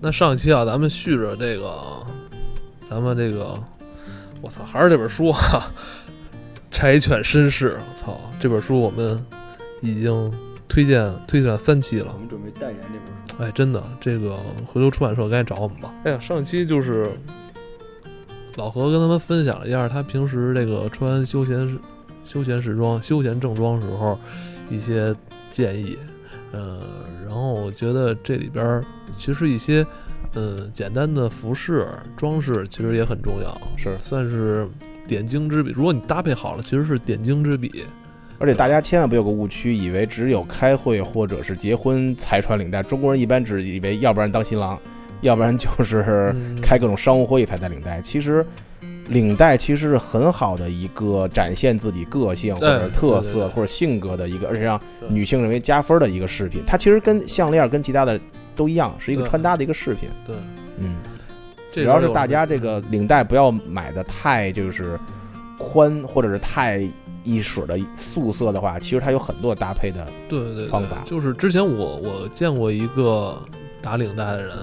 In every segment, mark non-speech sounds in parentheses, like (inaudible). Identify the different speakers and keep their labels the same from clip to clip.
Speaker 1: 那上期啊，咱们续着这个，咱们这个，我操，还是这本书哈、啊，《柴犬绅士》。我操，这本书我们已经推荐推荐了三期了
Speaker 2: 我。们准备代言这本书。
Speaker 1: 哎，真的，这个回头出版社赶紧找我们吧。哎呀，上期就是老何跟他们分享了一下他平时这个穿休闲休闲时装、休闲正装时候一些建议，嗯、然后我觉得这里边儿其实一些嗯简单的服饰装饰其实也很重要，
Speaker 3: 是
Speaker 1: 算是点睛之笔。如果你搭配好了，其实是点睛之笔。
Speaker 3: 而且大家千万不要有个误区，以为只有开会或者是结婚才穿领带。中国人一般只以为，要不然当新郎，要不然就是
Speaker 1: 嗯
Speaker 3: 开各种商务会议才戴领带。其实，领带其实是很好的一个展现自己个性或者特
Speaker 1: 哎对对对
Speaker 3: 色或者性格的一个，而且让女性认为加分的一个饰品。它其实跟项链跟其他的都一样，是一个
Speaker 1: 对
Speaker 3: 穿搭的一个饰品。
Speaker 1: 对，
Speaker 3: 嗯，
Speaker 1: 这
Speaker 3: 主要是
Speaker 1: 边有
Speaker 3: 大家这个领带不要买的太就是宽或者是太一水的素色的话，其实它有很多搭配的。
Speaker 1: 对对对
Speaker 3: 方法
Speaker 1: 就是之前我我见过一个打领带的人，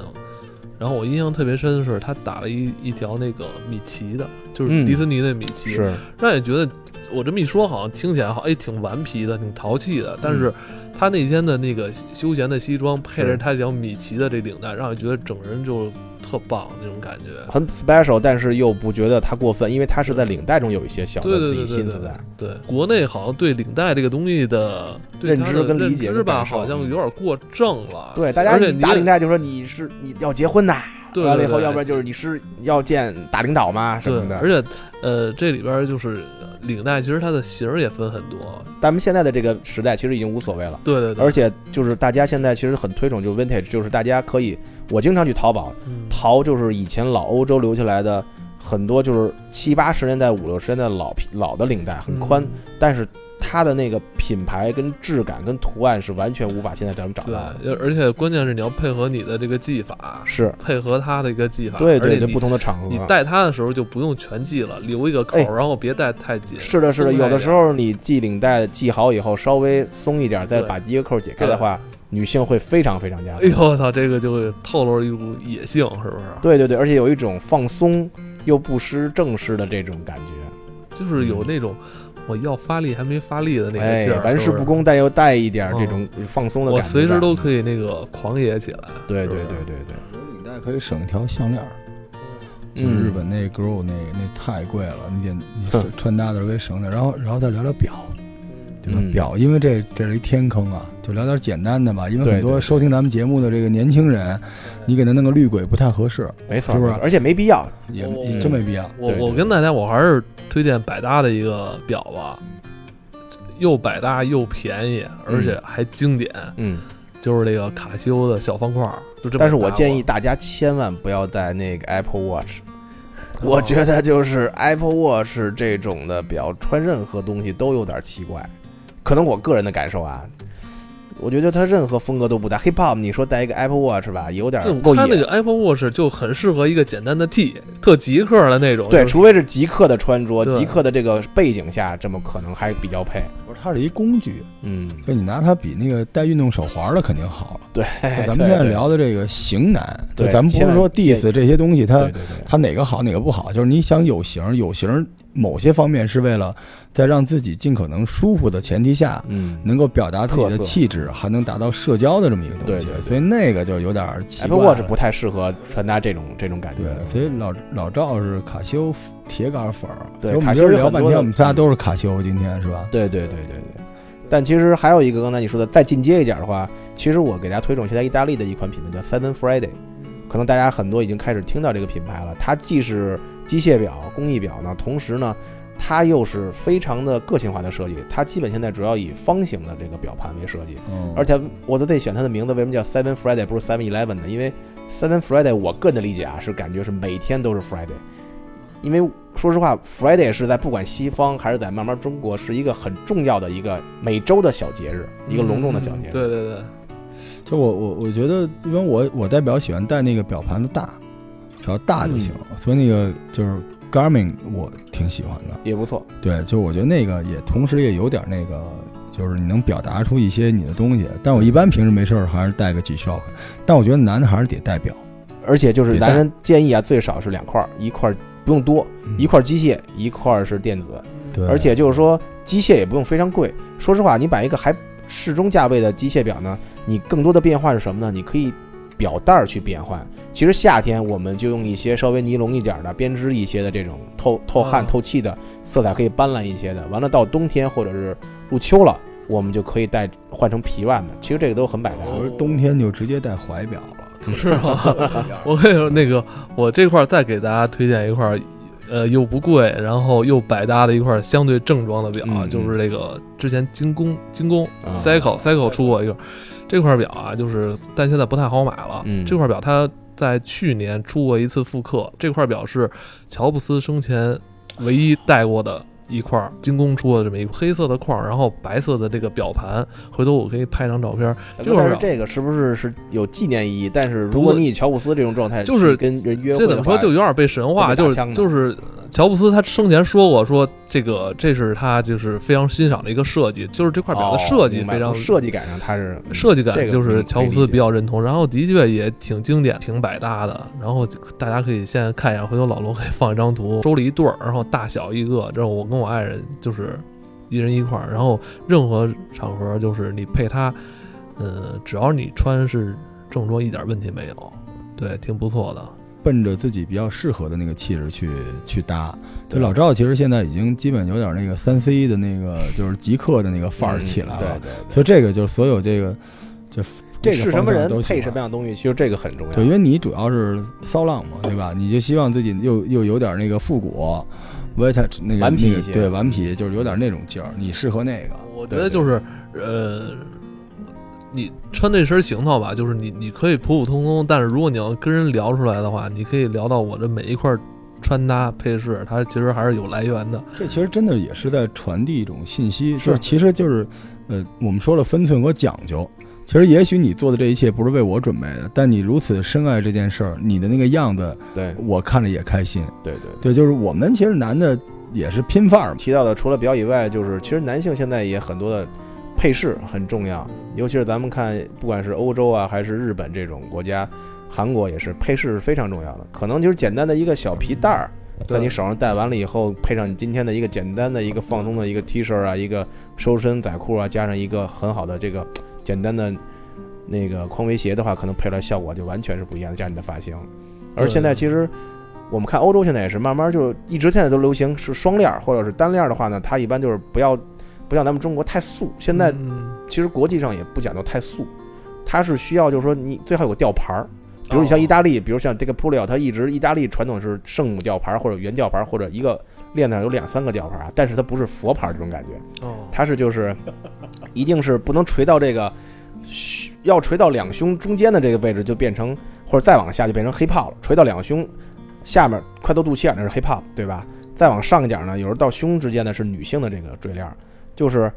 Speaker 1: 然后我印象特别深的是他打了一一条那个米奇的，就是
Speaker 3: 嗯
Speaker 1: 迪士尼那米奇，
Speaker 3: 是，
Speaker 1: 让你觉得我这么一说好像听起来好像哎挺顽皮的，挺淘气
Speaker 3: 嗯
Speaker 1: 的，但是他那天的那个休闲的西装配着
Speaker 3: 是
Speaker 1: 他一条米奇的这领带，让你觉得整个人就特棒那种感觉。
Speaker 3: 很 special，但是又不觉得它过分，因为它是在领带中有一些小的
Speaker 1: 对对
Speaker 3: 自己
Speaker 1: 对对
Speaker 3: 心思
Speaker 1: 对
Speaker 3: 在。
Speaker 1: 对，国内好像对领带这个东西的对
Speaker 3: 认
Speaker 1: 它
Speaker 3: 知
Speaker 1: 的
Speaker 3: 跟理
Speaker 1: 认
Speaker 3: 解
Speaker 1: 知
Speaker 3: 跟
Speaker 1: 吧，
Speaker 3: 感受嗯
Speaker 1: 好像有点过正了。
Speaker 3: 对，大家
Speaker 1: 而且
Speaker 3: 一打领
Speaker 1: 带，
Speaker 3: 带就说你是你要结婚呐，
Speaker 1: 对
Speaker 3: 完了
Speaker 1: 对
Speaker 3: 以后
Speaker 1: 对
Speaker 3: 要不然就是你是要见大领导嘛什
Speaker 1: 对
Speaker 3: 么，的
Speaker 1: 而。且呃，这里边儿就是领带，其实它的型儿也分很多。
Speaker 3: 咱们现在的这个时代其实已经无所谓了。
Speaker 1: 对对对，
Speaker 3: 而且就是大家现在其实很推崇就是 vintage，就是大家可以，我经常去淘宝，
Speaker 1: 嗯
Speaker 3: 淘就是以前老欧洲留下来的很多就是七八十年代、五六十年代的老皮老的领带，很宽，
Speaker 1: 嗯
Speaker 3: 但是它的那个品牌跟质感跟图案是完全无法现在咱们找到
Speaker 1: 对
Speaker 3: 的。，
Speaker 1: 而且关键是你要配合你的这个技法，
Speaker 3: 是
Speaker 1: 配合他的一个技法，
Speaker 3: 对
Speaker 1: 而
Speaker 3: 对，
Speaker 1: 且
Speaker 3: 就
Speaker 1: 你
Speaker 3: 不同的场
Speaker 1: 你
Speaker 3: 合。
Speaker 1: 戴它的时候就不用全系了，留一个口，
Speaker 3: 哎
Speaker 1: 然后别戴太紧。
Speaker 3: 是的，是的，
Speaker 1: 松开
Speaker 3: 有的
Speaker 1: 点
Speaker 3: 时候你系领带系好以后，稍微松一点，再
Speaker 1: 对
Speaker 3: 把第一个扣解开的话，女性会非常非常加
Speaker 1: (laughs) 哎
Speaker 3: 分
Speaker 1: 呦。我操，这个就会透露一股野性，是不是？
Speaker 3: 对对对，而且有一种放松又不失正式的这种感觉，
Speaker 1: 就是有那种我要发力还没发力的那个
Speaker 3: 哎
Speaker 1: 劲儿，，
Speaker 3: 玩世
Speaker 1: 是不
Speaker 3: 不
Speaker 1: 是。
Speaker 3: 恭，但又带一点这种放松的
Speaker 1: 我
Speaker 3: 感觉在。
Speaker 1: 随时都可以那个狂野起来。
Speaker 3: 对
Speaker 1: 是不
Speaker 3: 对
Speaker 1: 是
Speaker 3: 对对对，
Speaker 2: 我觉得领带可以省一条项链儿，就
Speaker 3: 嗯
Speaker 2: 日本那 girl 那那太贵了，你得你穿搭的时候给省点儿。然后然后再聊聊表，对吧
Speaker 3: 嗯？
Speaker 2: 表，因为这这是一天坑啊，就聊点简单的吧。因为
Speaker 3: 对
Speaker 2: 很多
Speaker 3: 对
Speaker 2: 收听咱们节目的这个年轻人，
Speaker 3: 哎
Speaker 2: 你给他弄个绿鬼不太合适，
Speaker 3: 没错，
Speaker 2: 是不是
Speaker 3: 而且没必要。
Speaker 2: 也
Speaker 1: 我
Speaker 3: 嗯
Speaker 2: 也真没必要。
Speaker 1: 我
Speaker 3: 对
Speaker 1: 我
Speaker 3: 对
Speaker 1: 跟大家，我还是推荐百搭的一个表吧，又百搭又便宜，而且还经典，
Speaker 3: 嗯，
Speaker 1: 就是那个卡西欧的小方块儿。就这么
Speaker 3: 但是我
Speaker 1: 搭
Speaker 3: 建议大家千万不要戴那个 Apple Watch。
Speaker 1: 哦
Speaker 3: 我觉得就是 Apple Watch 这种的表，穿任何东西都有点奇怪，可能我个人的感受啊，我觉得它任何风格都不搭。Hip Hop，你说戴一个 Apple Watch 吧，有点
Speaker 1: 就
Speaker 3: 够
Speaker 1: 它那
Speaker 3: 野
Speaker 1: 个。Apple Watch 就很适合一个简单的 T，特极客的那种。
Speaker 3: 对，
Speaker 1: 就是
Speaker 3: 除非是极客的穿着，
Speaker 1: 对
Speaker 3: 极客的这个背景下，这么可能还比较配。
Speaker 2: 不是，它是一工具，
Speaker 3: 嗯， (laughs)
Speaker 2: 就你拿它比那个带运动手环的肯定好了。
Speaker 3: 哎对。
Speaker 2: 就咱们现在聊的这个型男，就
Speaker 3: 对
Speaker 2: 咱们不
Speaker 3: 千
Speaker 2: 是
Speaker 3: 万
Speaker 2: 说 diss 这些东西，
Speaker 3: 对，
Speaker 2: 它
Speaker 3: 对对对，
Speaker 2: 它哪个好哪个不好，就是你想有型，有型某些方面是为了在让自己尽可能舒服的前提下，
Speaker 3: 嗯
Speaker 2: 能够表达自己
Speaker 3: 特
Speaker 2: 的
Speaker 3: 色
Speaker 2: 气质，还能达到社交的这么一个东西
Speaker 3: 对对，对
Speaker 2: 所以那个就有点儿奇怪
Speaker 3: ，Apple
Speaker 2: 了。
Speaker 3: Watch 不太适合穿搭这种这种感觉。
Speaker 2: 对，所以老老赵是卡西欧铁杆粉儿，所
Speaker 3: 对
Speaker 2: 以我
Speaker 3: 卡
Speaker 2: 们
Speaker 3: 西
Speaker 2: 今
Speaker 3: 欧
Speaker 2: 儿
Speaker 3: 有
Speaker 2: 聊
Speaker 3: 很
Speaker 2: 半
Speaker 3: 多
Speaker 2: 天，
Speaker 3: 的嗯
Speaker 2: 我们仨都是卡西欧，今天是吧？
Speaker 3: 对对对对对。但其实还有一个，刚才你说的再进阶一点的话，其实我给大家推崇现在意大利的一款品牌叫 Seven Friday，可能大家很多已经开始听到这个品牌了。它既是机械表、工艺表呢，同时呢，它又是非常的个性化的设计。它基本现在主要以方形的这个表盘为设计，
Speaker 2: 嗯，
Speaker 3: 而且我都得选它的名字，为什么叫 Seven Friday 不是 Seven Eleven 呢？因为 Seven Friday 我个人的理解啊，是感觉是每天都是 Friday，因为说实话，Friday 是在不管西方还是在慢慢中国，是一个很重要的一个每周的小节日，一个隆重的小节
Speaker 1: 嗯
Speaker 3: 日。
Speaker 1: 对对对，
Speaker 2: 就我我我觉得，因为我我代表喜欢戴那个表盘的大，只要大就行。所以那个就是 Garmin 我挺喜欢的，
Speaker 3: 也不错。
Speaker 2: 对，就是我觉得那个也同时也有点那个，就是你能表达出一些你的东西。但我一般平时没事儿还是戴个 G Shock，但我觉得男的还是得戴表，
Speaker 3: 而且就是
Speaker 2: 得
Speaker 3: 咱
Speaker 2: 带
Speaker 3: 们建议啊，最少是两块儿，一块儿不用多，一块儿机械，一块儿是电子。
Speaker 2: 对，
Speaker 3: 而且就是说，机械也不用非常贵。说实话，你买一个还适中价位的机械表呢，你更多的变换是什么呢？你可以表带儿去变换。其实夏天我们就用一些稍微尼龙一点儿的、编织一些的这种透透汗
Speaker 2: 嗯
Speaker 1: 哦、
Speaker 3: 透气的色彩可以斑斓一些的。完了到冬天或者是入秋了，我们就可以带换成皮腕的。其实这个都很百搭。
Speaker 2: 哦我是冬天就直接戴怀表
Speaker 1: (laughs)
Speaker 2: 了，
Speaker 1: 是啊吗？ (laughs)
Speaker 2: 不一样
Speaker 1: 我跟你说，那个我这块儿再给大家推荐一块儿，呃，又不贵，然后又百搭的一块儿相对正装的表啊，
Speaker 3: 嗯嗯
Speaker 1: 就是这个之前精工精工
Speaker 3: 啊
Speaker 1: Cycle Cycle 出过一个这块表啊，就是但现在不太好买了。
Speaker 3: 嗯
Speaker 1: 这块表它在去年出过一次复刻，这块表是乔布斯生前唯一戴过的。一块儿精工出的这么一个黑色的框儿，然后白色的这个表盘，回头我可以拍张照片儿。
Speaker 3: 大
Speaker 1: 这
Speaker 3: 哥
Speaker 1: 会儿
Speaker 3: 但是
Speaker 1: 啊
Speaker 3: 这个是不是是有纪念意义？但是如果你以乔布斯这种状态，
Speaker 1: 就是
Speaker 3: 跟人约会
Speaker 1: 这怎么
Speaker 3: 的话
Speaker 1: 说，就有点被神话，
Speaker 3: 会被打
Speaker 1: 就是
Speaker 3: 枪的
Speaker 1: 就是乔布斯他生前说过，说这个这是他就是非常欣赏的一个设计，就是这块表的
Speaker 3: 哦
Speaker 1: 设计
Speaker 3: 明白
Speaker 1: 非常、
Speaker 3: 从设计感上它是
Speaker 1: 设计
Speaker 3: 这
Speaker 1: 感
Speaker 3: 个嗯
Speaker 1: 就是乔布
Speaker 3: 可以
Speaker 1: 斯
Speaker 3: 理解
Speaker 1: 比较认同，然后的确也挺经典、挺百搭的。然后大家可以现在看一下，回头老罗可以放一张图，收了一对儿，然后大小一个，这是我跟我爱人就是一人一块儿。然后任何场合就是你配它，呃，只要你穿是正装，一点问题没有，对，挺不错的。
Speaker 2: 奔着自己比较适合的那个气质去去搭。就
Speaker 3: 对
Speaker 2: 老赵其实现在已经基本有点那个三 C 的那个就是极客的那个范儿起来了，
Speaker 3: 嗯对对对
Speaker 2: 所以这个就是所有这个就
Speaker 3: 这个是什么人
Speaker 2: 都喜欢
Speaker 3: 配什么样的东西，其实这个很重要。
Speaker 2: 对，因为你主要是骚浪嘛，对吧？你就希望自己又又有点那个复古，我也才那个
Speaker 3: 顽皮
Speaker 2: 那个
Speaker 3: 一些
Speaker 2: 对，顽皮就是有点那种劲儿，你适合那个。
Speaker 1: 我觉得就是呃，你穿那身行头吧，就是你你可以普普通通，但是如果你要跟人聊出来的话，你可以聊到我这每一块穿搭配饰，它其实还是有来源的。
Speaker 2: 这其实真的也是在传递一种信息，
Speaker 3: 是
Speaker 2: 就是其实就是，呃，我们说了分寸和讲究。其实也许你做的这一切不是为我准备的，但你如此深爱这件事儿，你的那个样子，
Speaker 3: 对
Speaker 2: 我看着也开心。
Speaker 3: 对对对。
Speaker 2: 对，就是我们其实男的也是拼范儿嘛，
Speaker 3: 提到的除了表以外，就是其实男性现在也很多的配饰很重要，尤其是咱们看，不管是欧洲啊还是日本这种国家，韩国也是配饰是非常重要的。可能就是简单的一个小皮带儿，在你手上戴完了以后，配上你今天的一个简单的一个放松的一个 T 恤啊，一个收身仔裤啊，加上一个很好的这个简单的那个匡威鞋的话，可能配出来效果就完全是不一样的，加上你的发型。而
Speaker 1: 对
Speaker 3: 现在其实我们看欧洲现在也是慢慢就一直现在都流行是双链儿或者是单链儿的话呢，它一般就是不要不像咱们中国太素，现在
Speaker 1: 嗯
Speaker 3: 其实国际上也不讲究太素，它是需要就是说你最好有个吊牌儿。比如
Speaker 1: 哦
Speaker 3: 你像意大利，比如像这个普里奥，它一直意大利传统是圣母吊牌或者圆吊牌或者一个链子上有两三个吊牌，啊但是它不是佛牌这种感觉，
Speaker 1: 哦
Speaker 3: 它是就是一定是不能垂到这个胸，要垂到两胸中间的这个位置就变成，或者再往下就变成黑泡了，垂到两胸下面快到肚脐眼那是黑泡，对吧？再往上一点呢，有时候到胸之间呢是女性的这个坠链，就是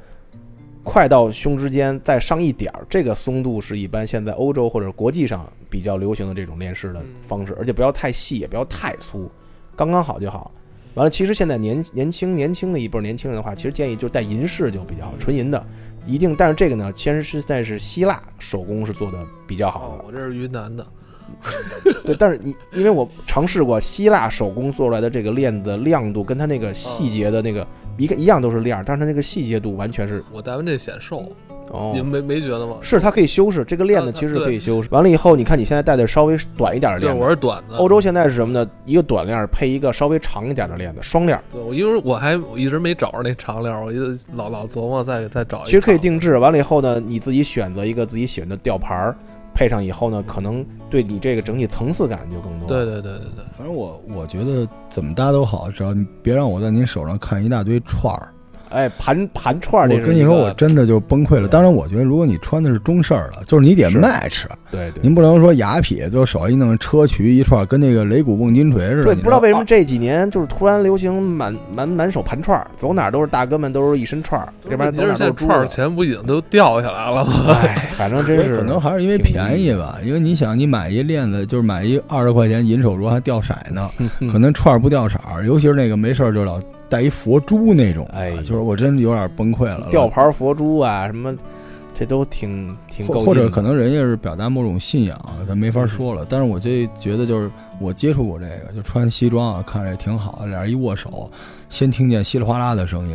Speaker 3: 快到胸之间再上一点儿，这个松度是一般现在欧洲或者国际上比较流行的这种链式的方式，而且不要太细，也不要太粗，刚刚好就好。完了，其实现在年年轻年轻的一波年轻人的话，其实建议就戴银饰就比较好，纯银的，一定。但是这个呢，其实是在是希腊手工是做的比较好
Speaker 1: 哦
Speaker 3: 的，，
Speaker 1: 我这是云南的，
Speaker 3: 对， (laughs) 但是你因为我尝试过希腊手工做出来的这个链子亮度，跟它那个细节的那个一个一样都是链儿，但是它那个细节度完全是
Speaker 1: 我戴完这显瘦，
Speaker 3: 哦
Speaker 1: 你，没没觉得吗？
Speaker 3: 是它可以修饰这个链子，
Speaker 1: 它它
Speaker 3: 其实可以修饰。完了以后，你看你现在戴的稍微短一点的
Speaker 1: 对，
Speaker 3: 链
Speaker 1: 我
Speaker 3: 子，
Speaker 1: 是嗯短的。
Speaker 3: 啊欧洲现在是什么呢？一个短链儿配一个稍微长一点的链子，双链儿，
Speaker 1: 对，我因为我还我一直没找着那长链儿，我一直老老琢磨再再找一。
Speaker 3: 其实可以，定制。完了以后呢，你自己选择一个自己喜欢的吊牌儿，配上以后呢，可能对你这个整体层次感就更多。
Speaker 1: 对对对对对，
Speaker 2: 反正我我觉得怎么搭都好，只要你别让我在您手上看一大堆串儿。
Speaker 3: 哎，盘盘串儿这
Speaker 2: 我
Speaker 3: 是
Speaker 2: 跟你
Speaker 3: 一
Speaker 2: 说，
Speaker 3: 个
Speaker 2: 我真的就崩溃了。当然，我觉得如果你穿的是中式儿的，就是你得
Speaker 3: 是
Speaker 2: match，
Speaker 3: 对对。
Speaker 2: 您不能说雅痞，最后手一弄车渠一串，跟那个擂鼓瓮金锤似的。
Speaker 3: 对，
Speaker 2: 你
Speaker 3: 不知道为什么
Speaker 2: 啊
Speaker 3: 这几年就是突然流行满满满手盘串儿，走哪儿都是大哥们都是一身串儿，要不然
Speaker 1: 你
Speaker 3: 走
Speaker 1: 这
Speaker 3: 哪
Speaker 1: 是
Speaker 3: 儿都
Speaker 1: 现在
Speaker 3: 是猪
Speaker 1: 串儿
Speaker 3: 的。
Speaker 1: 前不已经都掉下来了吗？
Speaker 3: 哎，反正真
Speaker 2: 这
Speaker 3: 是
Speaker 2: 可能还是因为便宜吧，因为你想，你买一链子，就是买一二十块钱银手镯还掉色呢，
Speaker 3: 嗯
Speaker 2: 可能串儿不掉色儿，尤其是那个没事儿就老带一佛珠那种，啊
Speaker 3: 哎呦
Speaker 2: 就是我真有点崩溃了。
Speaker 3: 吊牌佛珠啊，什么这都挺挺
Speaker 2: 或
Speaker 3: 够
Speaker 2: 或者
Speaker 3: 劲的嗯
Speaker 2: 可能人家是表达某种信仰啊，咱没法说了。但是我就觉得，就是我接触过这个，就穿西装啊，看着也挺好。俩人一握手，先听见稀里哗啦的声音，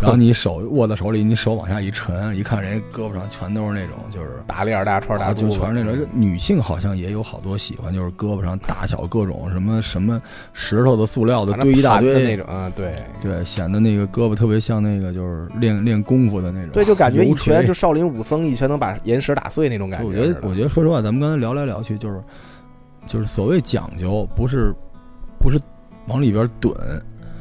Speaker 2: 然后你
Speaker 3: (laughs)
Speaker 2: 手握在手里，你手往下一沉，一看人家胳膊上全都是那种就是。
Speaker 3: 大链儿、大串儿、大
Speaker 2: 啊就
Speaker 3: 肚子，嗯
Speaker 2: 全是那种女性，好像也有好多喜欢，就是胳膊上大小各种什么什么石头的、塑料的
Speaker 3: 反正
Speaker 2: 堆一大
Speaker 3: 盘的
Speaker 2: 堆
Speaker 3: 那，种啊，对
Speaker 2: 对，显得那个胳膊特别像那个就是练练功夫的那种。
Speaker 3: 对，就感觉一
Speaker 2: 油锤
Speaker 3: 拳就少林武僧一拳能把岩石打碎那种感觉
Speaker 2: 我
Speaker 3: 似
Speaker 2: 觉
Speaker 3: 的。
Speaker 2: 得，我觉得说实话，咱们刚才聊来聊去，就是就是所谓讲究，不是不是往里边怼，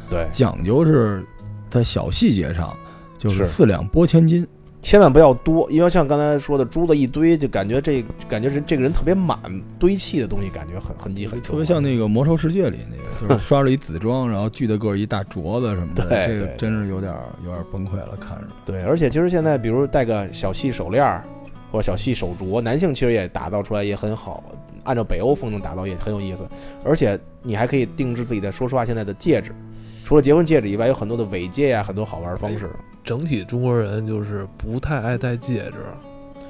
Speaker 3: 对， (laughs)
Speaker 2: 讲究是在小细节上，就是
Speaker 3: 是
Speaker 2: 四两拨千斤。
Speaker 3: 千万不要多，因为像刚才说的，珠子一堆，就感觉这感觉人这个人特别满，堆砌的东西感觉很痕迹很重
Speaker 2: 特别像
Speaker 3: 那
Speaker 2: 那个《魔兽世界》里那个，
Speaker 3: (laughs)
Speaker 2: 就是刷了一紫装，然后锯的个儿一大镯子什么的，
Speaker 3: 对
Speaker 2: 这个
Speaker 3: 对
Speaker 2: 真是有点儿有点儿崩溃了，看着。
Speaker 3: 对，而且其实现在比如戴个小细手链儿或者小细手镯，男性其实也打造出来也很好，按照北欧风那种打造也很有意思，而且你还可以定制自己的，说实话现在的戒指。除了结婚戒指以外，有很多的尾戒呀、很多好玩的方式。
Speaker 1: 整体中国人就是不太爱戴戒指，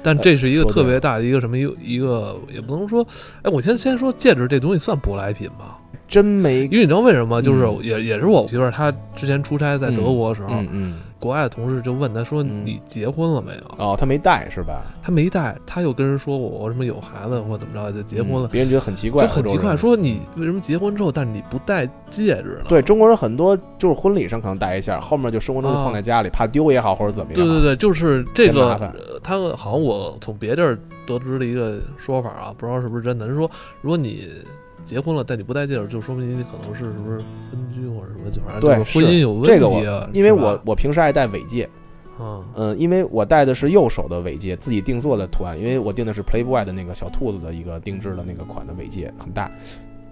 Speaker 1: 但这
Speaker 3: 哎
Speaker 1: 是一个特别大的一个什么一个一个，也不能说，哎，我先先说戒指这东西算舶来品吧，
Speaker 3: 真没，
Speaker 1: 因为你知道为什么？就是
Speaker 3: 嗯
Speaker 1: 也也是我媳妇儿，她之前出差在德国的时候
Speaker 3: 嗯，嗯，
Speaker 1: 国外的同事就问她说
Speaker 3: 嗯
Speaker 1: 你结婚了没有？
Speaker 3: 哦，他没戴是吧？
Speaker 1: 她没戴，她又跟人说我我什么有孩子或怎么着就结婚
Speaker 3: 嗯
Speaker 1: 了，
Speaker 3: 别人觉得很奇怪，
Speaker 1: 就很奇
Speaker 3: 欧洲
Speaker 1: 怪，
Speaker 3: 人
Speaker 1: 说你为什么结婚之后，但是你不戴戒指呢？
Speaker 3: 对中国人很多就是婚礼上可能戴一下，后面就生活中就放在家里，怕丢也好或者怎么样。
Speaker 1: 啊对对对，就是这
Speaker 3: 嫌
Speaker 1: 个
Speaker 3: 麻烦，
Speaker 1: 呃他好像我从别地儿得知了一个说法啊，不知道是不是真的。人说，如果你结婚了，但你不戴戒指，就说明你可能是是不是分居或者什么，就反正
Speaker 3: 对
Speaker 1: 就是婚姻有问题、啊
Speaker 3: 这个我因为我我平时爱戴尾戒，
Speaker 1: 嗯
Speaker 3: 嗯，因为我戴的是右手的尾戒，自己定做的图案，因为我定的是 Playboy 的那个小兔子的一个定制的那个款的尾戒，很大。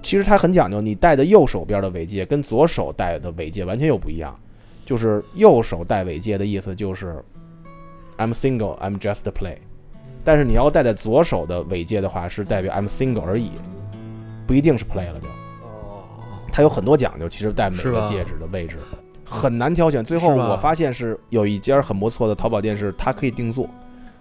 Speaker 3: 其实它很讲究，你戴的右手边的尾戒跟左手戴的尾戒完全又不一样。就是右手戴尾戒的意思就是 I'm single, I'm just play。但是你要戴在左手的尾戒的话，是代表 I'm single 而已，不一定是 play 了就。
Speaker 1: 哦，
Speaker 3: 它有很多讲究，其实戴每
Speaker 1: 是
Speaker 3: 个
Speaker 1: 吧
Speaker 3: 戒指的位置很难挑选。最后
Speaker 1: 是吧
Speaker 3: 我发现是有一家很不错的淘宝店，是它可以定做，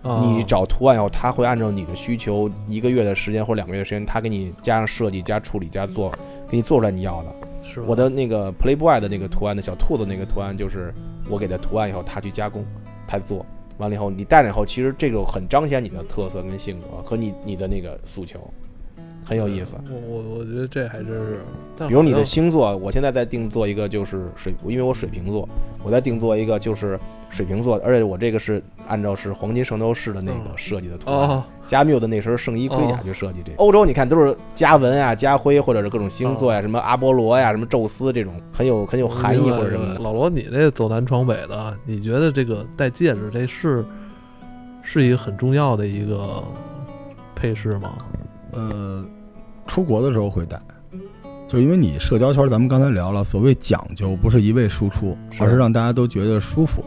Speaker 1: 啊
Speaker 3: 哦你找图案以后，它会按照你的需求，一个月的时间或两个月的时间，它给你加上设计、加处理、加做，给你做出来你要的。
Speaker 1: 是吧
Speaker 3: 我的那个 Playboy 的那个图案的小兔子那个图案，就是我给它图案以后，它去加工，它做完了以后，你戴上以后，其实这个很彰显你的特色跟性格和你你的那个诉求，很有意思。
Speaker 1: 我我我觉得这还真是，但
Speaker 3: 比如你
Speaker 1: 好
Speaker 3: 的
Speaker 1: 像
Speaker 3: 星座，我现在在定做一个就是水，因为我水瓶座，我在定做一个就是水瓶座，而且我这个是按照是黄金圣斗士的那个
Speaker 1: 嗯
Speaker 3: 设计的图案，
Speaker 1: 哦
Speaker 3: 加缪的那身圣衣盔甲
Speaker 1: 哦
Speaker 3: 去设计这个。欧洲你看都是加文啊、加辉或者是各种星座呀，什么阿波罗呀、什么宙斯这种很有很有含义
Speaker 1: 哦明白
Speaker 3: 或者什
Speaker 1: 明
Speaker 3: 么
Speaker 1: 白
Speaker 3: 的。
Speaker 1: 老罗，你这走南闯北的啊，你觉得这个戴戒指这是是一个很重要的一个配饰吗？
Speaker 2: 呃，出国的时候会戴，就是因为你社交圈，咱们刚才聊了，所谓讲究不是一味输出，
Speaker 3: 是
Speaker 2: 而是让大家都觉得舒服。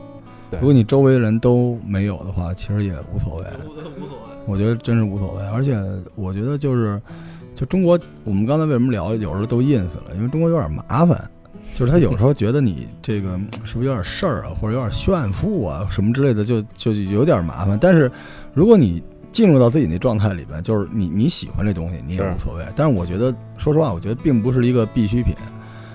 Speaker 3: 对
Speaker 2: 如果你周围人都没有的话，其实也无所谓。
Speaker 1: 无所谓。
Speaker 2: 我觉得真是无所谓，而且我觉得就是，就中国，我们刚才为什么聊有时候都 ins 了？因为中国有点麻烦，就是他有时候觉得你这个嗯是不是有点事儿啊，或者有点炫富啊什么之类的，就就就有点麻烦。但是如果你进入到自己那状态里边，就是你你喜欢这东西，你也无所谓。但是我觉得，说实话，我觉得并不是一个必需品，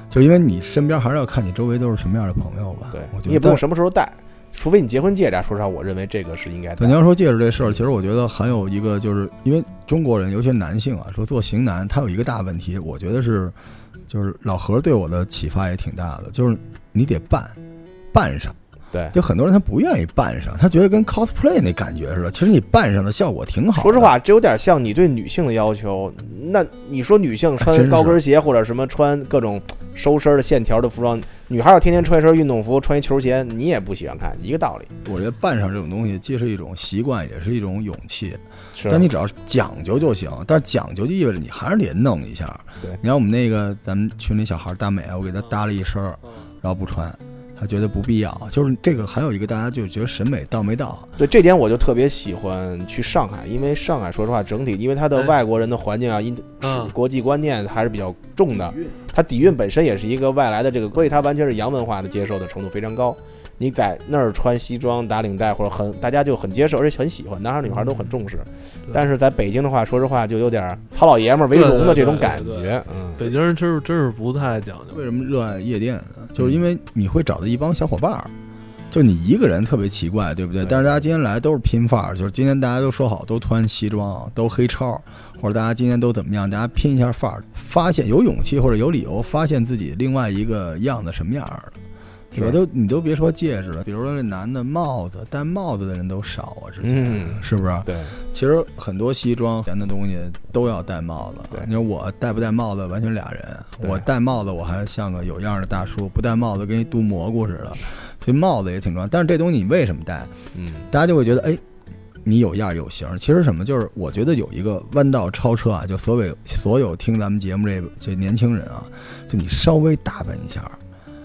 Speaker 2: 就是因为你身边还是要看你周围都是什么样的朋友吧。
Speaker 3: 对
Speaker 2: 我，觉
Speaker 3: 你也不用
Speaker 2: 得。
Speaker 3: 什么时候戴，除非你结婚戒指啊。说实话，我认为这个是应该戴
Speaker 2: 对，你。要说戒指这事儿，其实我觉得还有一个，就是因为中国人，尤其男性啊，说做型男，他有一个大问题，我觉得是，就是老何对我的启发也挺大的，就是你得扮，扮上。
Speaker 3: 对
Speaker 2: 就很多人他不愿意扮上，他觉得跟 cosplay 那感觉似的。其实你扮上的效果挺好。
Speaker 3: 说实，话，这有点像你对女性的要求。那你说女性
Speaker 2: 啊真
Speaker 3: 穿
Speaker 2: 是
Speaker 3: 高跟鞋或者什么穿各种收身的线条的服装，女孩要天天穿一身运动服、穿一球鞋，你也不喜欢看，一个道理。
Speaker 2: 我觉得扮上这种东西，既是一种习惯，也是一种勇气。
Speaker 3: 是
Speaker 2: 但你只要讲究就行，但是讲究就意味着你还是得弄一下。
Speaker 3: 对
Speaker 2: 你看我们那个咱们群里小孩大美，啊我给她搭了一身儿，然后不穿，她觉得不必要。就是这个还有一个大家就觉得审美到没到，
Speaker 3: 对这点，我就特别喜欢去上海，因为上海说实话，整体因为它的
Speaker 1: 哎
Speaker 3: 外国人的环境啊，因
Speaker 1: 嗯
Speaker 3: 是国际观念还是比较重的。它底蕴本身也是一个外来的这个，所以它完全是洋文化的接受的程度非常高。你在那儿穿西装打领带或者很大家就很接受，而且很喜欢，男孩女孩都很重视。
Speaker 1: 嗯对
Speaker 3: 但是在北京的话，说实话就有点儿糙老爷们儿为
Speaker 1: 对对
Speaker 3: 荣的这
Speaker 1: 对
Speaker 3: 种
Speaker 1: 对
Speaker 3: 感
Speaker 1: 对
Speaker 3: 觉。嗯，
Speaker 1: 北京人真是真是不太讲究
Speaker 2: 为，什么热爱夜店呢？就是因为你会找到一帮小伙伴儿，就你一个人特别奇怪，对不对？
Speaker 3: 对
Speaker 2: 但是大家今天来都是拼范儿，就是今天大家都说好都穿西装，都黑超，或者大家今天都怎么样，大家拼一下范儿，发现有勇气或者有理由发现自己另外一个样子什么样儿了。
Speaker 3: 是
Speaker 2: 对吧？都你都别说戒指了，比如说这男的帽子，戴帽子的人都少啊，之前、
Speaker 3: 嗯
Speaker 2: 是不是？
Speaker 3: 对，
Speaker 2: 其实很多西装前的东西都要戴帽子啊
Speaker 3: 对。
Speaker 2: 你说我戴不戴帽子，完全俩人。
Speaker 3: 对
Speaker 2: 我戴帽子，我还像个有样儿的大叔；不戴帽子，跟一嘟蘑菇似的。所以帽子也挺重要。但是这东西你为什么戴？
Speaker 3: 嗯，
Speaker 2: 大家就会觉得，哎，你有样儿有型儿。其实什么，就是我觉得有一个弯道超车啊，就所谓所有听咱们节目这这年轻人啊，就你稍微打扮一下儿，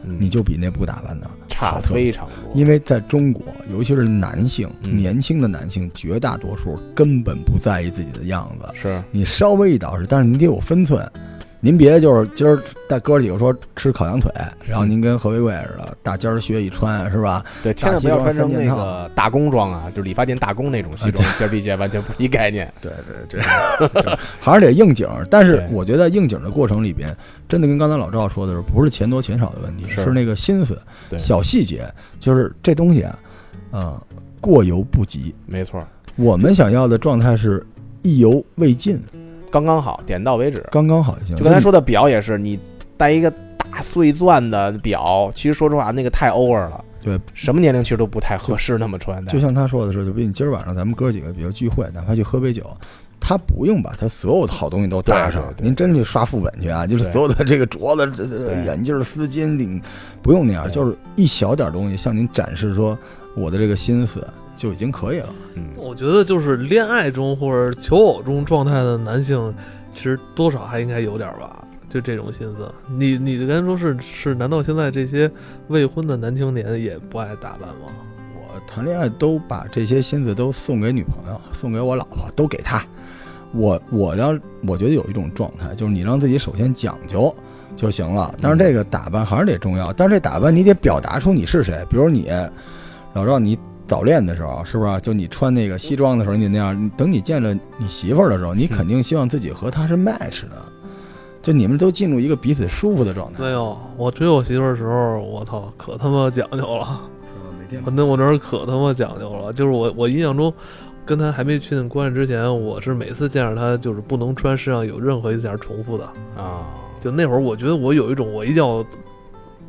Speaker 2: 你就比那不打扮的
Speaker 3: 嗯差
Speaker 2: 好特别
Speaker 3: 非常多。
Speaker 2: 因为在中国，尤其是男性，
Speaker 3: 嗯
Speaker 2: 年轻的男性绝大多数根本不在意自己的样子。
Speaker 3: 是
Speaker 2: 你稍微一捯饬，但是你得有分寸。您别就是今儿带哥几个说吃烤羊腿，然后您跟何为贵似的，大尖儿靴一穿是吧？
Speaker 3: 对，千万不
Speaker 2: 西
Speaker 3: 要
Speaker 2: 装
Speaker 3: 穿成
Speaker 2: 三
Speaker 3: 那
Speaker 2: 件套啊
Speaker 3: 个大工装啊，就是理发店大工那种西装，尖儿皮鞋完全不是一概
Speaker 2: (laughs)
Speaker 3: 念。
Speaker 2: 对对对，就 (laughs) 还是得应景儿。但是
Speaker 3: 对
Speaker 2: 我觉得应景的过程里边，真的跟刚才老赵说的是，不是钱多钱少的问题，
Speaker 3: 是
Speaker 2: 是那个心思、
Speaker 3: 对
Speaker 2: 小细节，就是这东西啊，呃，过犹不及。
Speaker 3: 没错儿，
Speaker 2: 我们想要的状态是意犹未尽，
Speaker 3: 刚刚好，点到为止。
Speaker 2: 刚刚好就行。
Speaker 3: 就刚才说的表也是，你戴一个大碎钻的表，其实说实话，那个太 over 了。
Speaker 2: 对，
Speaker 3: 什么年龄其实都不太合适那么穿戴。
Speaker 2: 就像他说的是，就比如你今儿晚上咱们哥几个，比如聚会，哪怕去喝杯酒，他不用把他所有的好东西都搭上
Speaker 3: 对对，对
Speaker 2: 您真去刷副本去啊，就是
Speaker 3: 对
Speaker 2: 所有的这个镯子、这这
Speaker 3: 对
Speaker 2: 眼镜、丝巾、领，不用那样，
Speaker 3: 对
Speaker 2: 就是一小点东西向您展示说我的这个心思就已经可以了。 (laughs)
Speaker 3: 嗯，
Speaker 1: 我觉得就是恋爱中或者求偶中状态的男性，其实多少还应该有点吧，就这种心思。你你刚才说是是，难道现在这些未婚的男青年也不爱打扮吗？
Speaker 2: 嗯我谈恋爱都把这些心思都送给女朋友，送给我老婆，都给她。我我让我觉得有一种状态，就是你让自己首先讲究就行了。但是这个打扮还是得重要，但是这打扮你得表达出你是谁。比如你老赵，你早恋的时候是不是就你穿那个西装的时候你那样？等你见着你媳妇儿的时候，你肯定希望自己和她是 match 的，就你们都进入一个彼此舒服的状态
Speaker 1: 没。有，我追我媳妇儿的时候，我操，可他妈讲究了。
Speaker 2: 每天
Speaker 1: 我那我那儿可他妈讲究了，就是我我印象中，跟她还没确定关系之前，我是每次见着她就是不能穿身上有任何一件重复的。
Speaker 3: 啊，
Speaker 1: 就那会儿，我觉得我有一种我一定要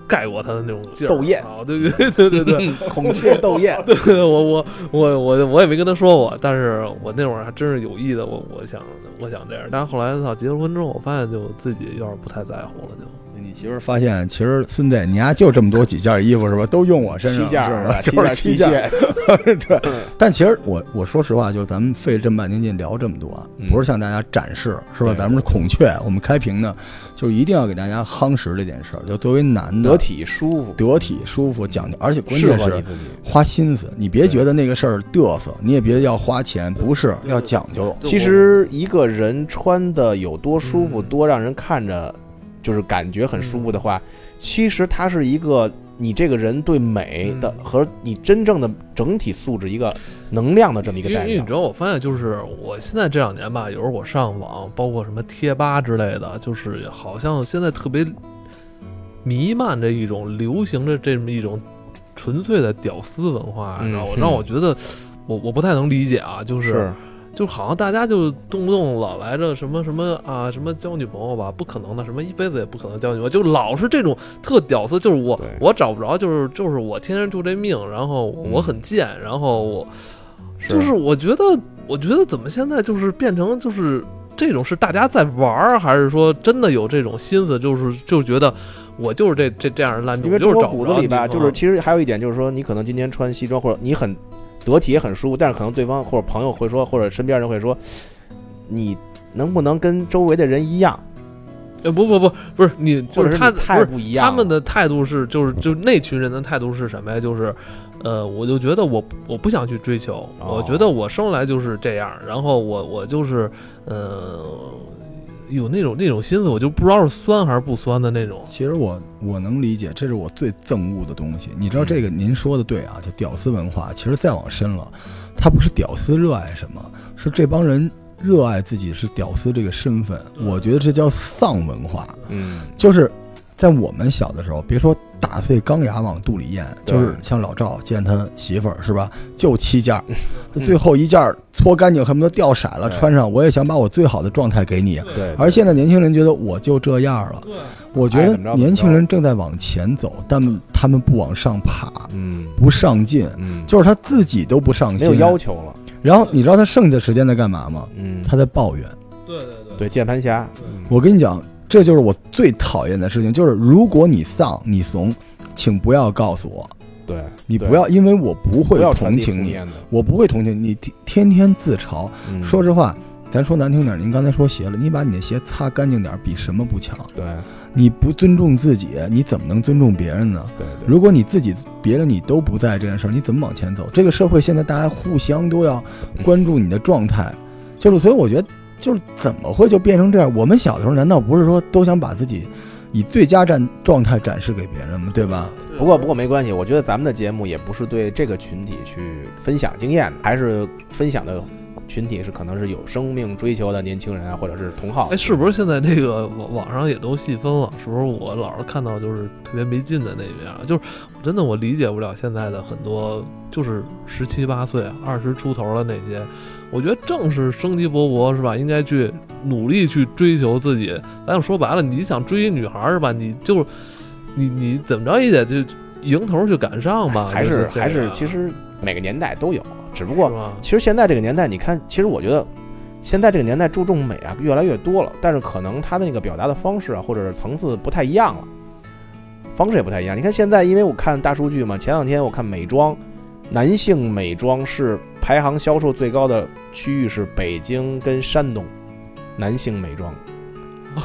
Speaker 1: 盖过她的那种劲儿，
Speaker 3: 斗艳
Speaker 1: 啊，对对对对对。
Speaker 3: 孔雀
Speaker 2: (laughs)
Speaker 3: 斗艳。
Speaker 1: 对我我我我我也没跟她说过，但是我那会儿还真是有意的，我我想我想这样，但是后来操结了婚之后，我发现就自己有点不太在乎了，就
Speaker 2: 你媳妇儿发现，其实孙子，你丫就这么多几件衣服是吧？都用我身上
Speaker 3: 七件儿
Speaker 2: 是吧？
Speaker 3: 七
Speaker 2: 就
Speaker 3: 件
Speaker 2: 是
Speaker 3: 儿七
Speaker 2: 件儿。
Speaker 3: 儿，
Speaker 2: (laughs) 对，但其实我我说实话，就是咱们费这么半天劲聊这么多啊
Speaker 3: 嗯，
Speaker 2: 不是向大家展示，是吧？
Speaker 3: 对
Speaker 2: 咱们是孔雀，我们开屏呢，就是一定要给大家夯实这件事儿。就作为男的，
Speaker 3: 得体舒服，
Speaker 2: 得体、舒服、讲究，而且关
Speaker 3: 适
Speaker 2: 键
Speaker 3: 合你
Speaker 2: 是
Speaker 3: 自己。
Speaker 2: 花心思。你别觉得那个事儿嘚瑟，你也别要花钱，不是
Speaker 1: 对
Speaker 2: 要讲究。
Speaker 1: 就
Speaker 3: 其
Speaker 1: 我
Speaker 3: 实一个人穿的有多舒服，
Speaker 1: 嗯
Speaker 3: 多让人看着就是感觉很舒服的话，其实它是一个你这个人对美的
Speaker 1: 嗯
Speaker 3: 和你真正的整体素质一个能量的这么一个
Speaker 1: 因为
Speaker 3: 代
Speaker 1: 因为
Speaker 3: 表
Speaker 1: 你知。道，我发现就是我现在这两年吧，有时候我上网，包括什么贴吧之类的，就是好像现在特别弥漫着一种流行着这么一种纯粹的屌丝文化，
Speaker 3: 嗯
Speaker 1: 然后
Speaker 3: 是
Speaker 1: 让我觉得我我不太能理解啊，就是
Speaker 3: 是，
Speaker 1: 就好像大家就动不动老来着什么什么啊，什么交女朋友吧，不可能的，什么一辈子也不可能交女朋友，就老是这种特屌丝，就是我
Speaker 3: 对
Speaker 1: 我找不着，就是就是我天生就这命，然后我
Speaker 3: 嗯
Speaker 1: 我很贱，然后我就是我觉得我觉得怎么现在就是变成就是这种是大家在玩儿，还是说真的有这种心思，就是就觉得我就是这这这样的烂命，
Speaker 3: 因为
Speaker 1: 我就
Speaker 3: 中
Speaker 1: 是
Speaker 3: 国
Speaker 1: 找不
Speaker 3: 骨
Speaker 1: 着啊嗯
Speaker 3: 子里吧，
Speaker 1: 女朋友
Speaker 3: 就是其实还有一点就是说，你可能今天穿西装或者你很得体也很舒服，但是可能对方或者朋友会说，或者身边人会说，你能不能跟周围的人一样，
Speaker 1: 呃不不不不是你就
Speaker 3: 或者
Speaker 1: 是
Speaker 3: 是
Speaker 1: 他
Speaker 3: 你
Speaker 1: 不
Speaker 3: 太
Speaker 1: 是
Speaker 3: 不一样了。
Speaker 1: 他们的态度是，就是就那群人的态度是什么呀？就是，呃，我就觉得我我不想去追求，
Speaker 3: 哦
Speaker 1: 我觉得我生来就是这样，然后我我就是，呃，有那种那种心思，我就不知道是酸还是不酸的那种。
Speaker 2: 其实我我能理解，这是我最憎恶的东西。你知道
Speaker 3: 嗯
Speaker 2: 这个？您说的对啊，就屌丝文化。其实再往深了，他不是屌丝热爱什么，是这帮人热爱自己是屌丝这个身份。
Speaker 1: 对
Speaker 2: 我觉得这叫丧文化，
Speaker 3: 嗯，
Speaker 2: 就是在我们小的时候，别说打碎钢牙往肚里咽，
Speaker 3: 对
Speaker 2: 就是像老赵见他媳妇儿是吧，就七件儿
Speaker 3: 嗯，
Speaker 2: 最后一件儿搓干净，恨不得掉色了，
Speaker 3: 对
Speaker 2: 穿上我也想把我最好的状态给你。啊
Speaker 3: 对。
Speaker 2: 而现在年轻人觉得我就这样了，
Speaker 1: 对，
Speaker 2: 我觉
Speaker 3: 爱
Speaker 2: 得
Speaker 3: 怎么着怎么
Speaker 2: 年轻
Speaker 3: 着
Speaker 2: 人正在往前走，但他们不往上爬，
Speaker 3: 嗯
Speaker 2: 不上进，
Speaker 3: 嗯，
Speaker 2: 就是他自己都不上
Speaker 3: 没
Speaker 2: 心。
Speaker 3: 有要求了。
Speaker 2: 然后你知道他剩下的时间在干嘛吗？
Speaker 3: 嗯，
Speaker 2: 他在抱怨。
Speaker 1: 对对
Speaker 3: 对键盘侠，
Speaker 2: 我跟你讲，这就是我最讨厌的事情，就是如果你丧，你怂，请不要告诉我，
Speaker 3: 对
Speaker 2: 你
Speaker 3: 对
Speaker 2: 不要，因为我不会
Speaker 3: 不要传
Speaker 2: 同
Speaker 3: 递负
Speaker 2: 情你，
Speaker 3: 面的。
Speaker 2: 我不会同情你，天天天自嘲。
Speaker 3: 嗯
Speaker 2: 说实话，咱说难听点儿，您刚才说鞋了，你把你的鞋擦干净点儿，比什么不强？
Speaker 3: 对
Speaker 2: 你不尊重自己，你怎么能尊重别人呢？
Speaker 3: 对对，
Speaker 2: 如果你自己、别人你都不在这件事儿，你怎么往前走？这个社会现在大家互相都要关注你的状态，就是所以我觉得就是怎么会就变成这样？我们小的时候难道不是说都想把自己以最佳战状态展示给别人吗？对吧？
Speaker 1: 对。
Speaker 3: 不过不过没关系，我觉得咱们的节目也不是对这个群体去分享经验的，还是分享的群体是可能是有生命追求的年轻人啊，或者是同好。
Speaker 1: 哎，是不是现在这个网网上也都细分了？是不是我老是看到就是特别没劲的那边啊？就是我真的我理解不了现在的很多，就是十七八岁、啊二十出头的那些，我觉得正是生机勃勃是吧？应该去努力去追求自己。咱就说白了，你想追一女孩儿是吧？你就是你你怎么着也得就迎头去赶上吧？
Speaker 3: 哎还
Speaker 1: 就是这
Speaker 3: 还是啊
Speaker 1: 样
Speaker 3: 其实每个年代都有，只不
Speaker 1: 是
Speaker 3: 过
Speaker 1: 吧？
Speaker 3: 其实现在这个年代，你看，其实我觉得现在这个年代注重美啊越来越多了，但是可能他的那个表达的方式啊，或者是层次不太一样了，方式也不太一样。你看现在，因为我看大数据嘛，前两天我看美妆，男性美妆是排行销售最高的区域是北京跟山东，男性美妆。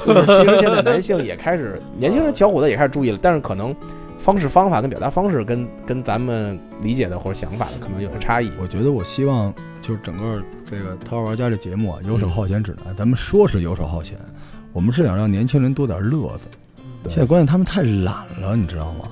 Speaker 3: 就是其实现在男性也开始，年轻人小伙子也开始注意了，但是可能方式方法跟表达方式跟跟咱们理解的或者想法的可能有差异。
Speaker 2: 我觉得我希望就是整个这个《淘宝玩家》这节目啊，《游手好闲指南》，咱们说是游手好闲，我们是想让年轻人多点乐子。
Speaker 3: 对
Speaker 2: 现在关键他们太懒了，你知道吗？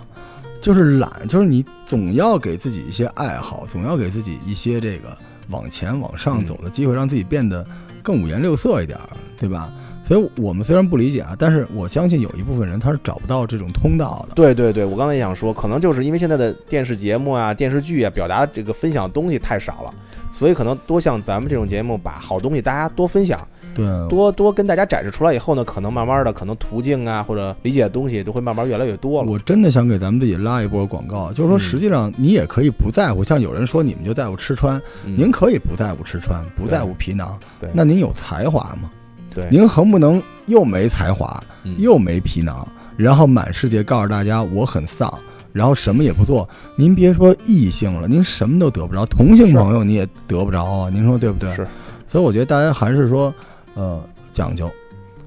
Speaker 2: 就是懒，就是你总要给自己一些爱好，总要给自己一些这个往前往
Speaker 3: 嗯
Speaker 2: 上走的机会，让自己变得更五颜六色一点儿，对吧？所以我们虽然不理解啊，但是我相信有一部分人他是找不到这种通道的。
Speaker 3: 对对对，我刚才也想说，可能就是因为现在的电视节目啊、电视剧啊，表达这个分享的东西太少了，所以可能多像咱们这种节目，把好东西大家多分享，
Speaker 2: 对，
Speaker 3: 多多跟大家展示出来以后呢，可能慢慢的，可能途径啊或者理解的东西都会慢慢越来越多了。
Speaker 2: 我真的想给咱们自己拉一波广告，就是说，
Speaker 3: 嗯
Speaker 2: 实际上你也可以不在乎，像有人说你们就在乎吃穿，
Speaker 3: 嗯
Speaker 2: 您可以不在乎吃穿，不在乎皮囊
Speaker 3: 对，
Speaker 2: 那您有才华吗？
Speaker 3: 对
Speaker 2: 您横不能又没才华，
Speaker 3: 嗯
Speaker 2: 又没皮囊，然后满世界告诉大家我很丧，然后什么也不做。您别说异性了，您什么都得不着，同性朋友你也得不着啊，您说对不对？
Speaker 3: 是。
Speaker 2: 所以我觉得大家还是说，呃，讲究，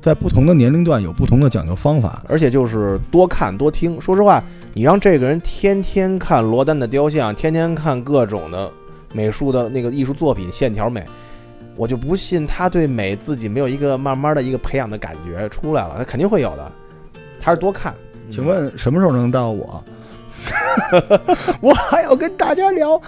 Speaker 2: 在不同的年龄段有不同的讲究方法。
Speaker 3: 而且就是多看多听。说实话，你让这个人天天看罗丹的雕像，天天看各种的美术的那个艺术作品线条美，我就不信他对美自己没有一个慢慢的一个培养的感觉出来了，他肯定会有的。他是多看。
Speaker 2: 请问什么时候能到我？ (laughs) 我还要跟大家聊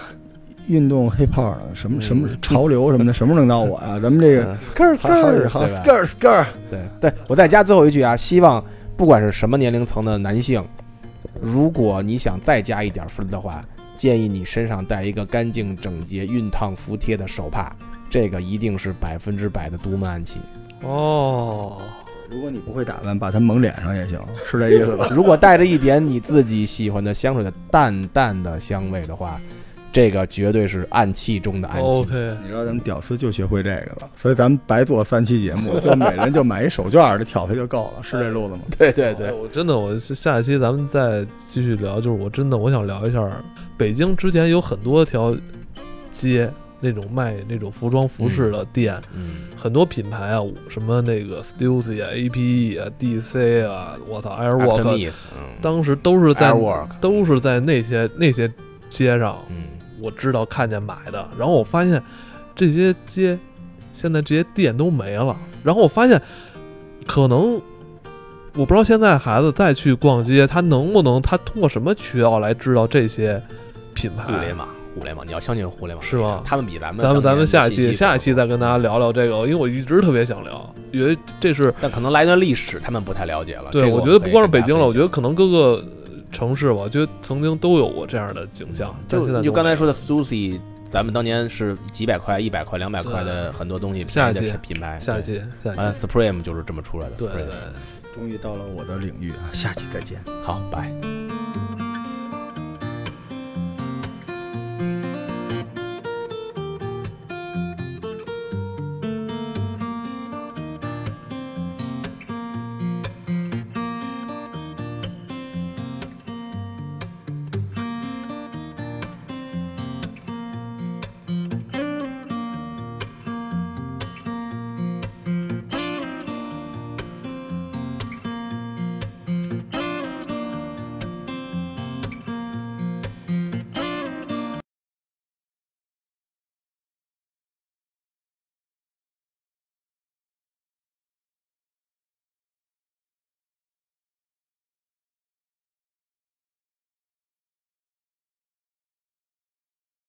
Speaker 2: 运动、黑炮呢，什么什么潮流什么的，什么时候能到我呀、咱们这个
Speaker 3: 嗯，skirt
Speaker 2: 好好几好
Speaker 3: skirt，对吧
Speaker 2: skirt skirt，
Speaker 3: 对对，我再加最后一句啊，希望不管是什么年龄层的男性，如果你想再加一点分的话，建议你身上带一个干净整洁、熨烫服帖的手帕，这个一定是百分之百的独门暗器。
Speaker 1: 哦，
Speaker 2: 如果你不会打扮，把它蒙脸上也行，是这意思吧？
Speaker 3: 如果带着一点你自己喜欢的香水的淡淡的香味的话，这个绝对是暗器中的暗器。
Speaker 1: OK，
Speaker 2: 你知道咱们屌丝就学会这个了，所以咱们白做三期节 (laughs) 目，就每人就买一手绢儿，这挑它就够了，是这路子吗？
Speaker 3: 对对对
Speaker 1: 哎，我真的，我下一期咱们再继续聊。就是我真的，我想聊一下北京之前有很多条街那种卖那种服装服饰的店，
Speaker 3: 嗯，
Speaker 1: 很多品牌啊，什么那个 Stussy 啊、APE 啊、DC 啊，我操
Speaker 3: After
Speaker 1: Airwalk，啊
Speaker 3: Miss，嗯
Speaker 1: 当时都是在
Speaker 3: Airwalk，
Speaker 1: 都是在那些那些街上，
Speaker 3: 嗯，
Speaker 1: 我知道看见买的，然后我发现这些街现在这些店都没了，然后我发现可能我不知道现在孩子再去逛街，他能不能他通过什么渠道来知道这些品
Speaker 3: 互
Speaker 1: 牌
Speaker 3: 联？网，互联网，你要相信互联网
Speaker 1: 哎是吗
Speaker 3: 他们比咱们
Speaker 1: 咱们
Speaker 3: 当
Speaker 1: 咱
Speaker 3: 年
Speaker 1: 们下一
Speaker 3: 信
Speaker 1: 期
Speaker 3: 息
Speaker 1: 下一期
Speaker 3: 丰
Speaker 1: 再跟大家聊聊这个，因为我一直特别想聊，因为这是
Speaker 3: 富，但可能来段历史，他们不太了解了。
Speaker 1: 对
Speaker 3: 啊这个
Speaker 1: 我
Speaker 3: 我
Speaker 1: 觉得不光是北京了，我觉
Speaker 3: 得
Speaker 1: 得可能各个呃城市吧，我觉得曾经都有过这样的景象，但现在
Speaker 3: 就就
Speaker 1: 都
Speaker 3: 刚
Speaker 1: 没
Speaker 3: 才
Speaker 1: 有
Speaker 3: 说的 Susie，咱们当年是几百块、一百块、两百块
Speaker 1: 对
Speaker 3: 的很多东西，
Speaker 1: 下一期
Speaker 3: 便宜的品牌，
Speaker 1: 下一
Speaker 3: 对。
Speaker 1: 期下一
Speaker 3: 完了
Speaker 1: 期，
Speaker 3: ，Supreme 就是这么出来的。
Speaker 1: 对对
Speaker 3: Supreme
Speaker 1: 对。
Speaker 2: 终于到了我的领域啊，下期再见。
Speaker 3: 好，
Speaker 1: 拜
Speaker 3: 拜。
Speaker 1: 拜。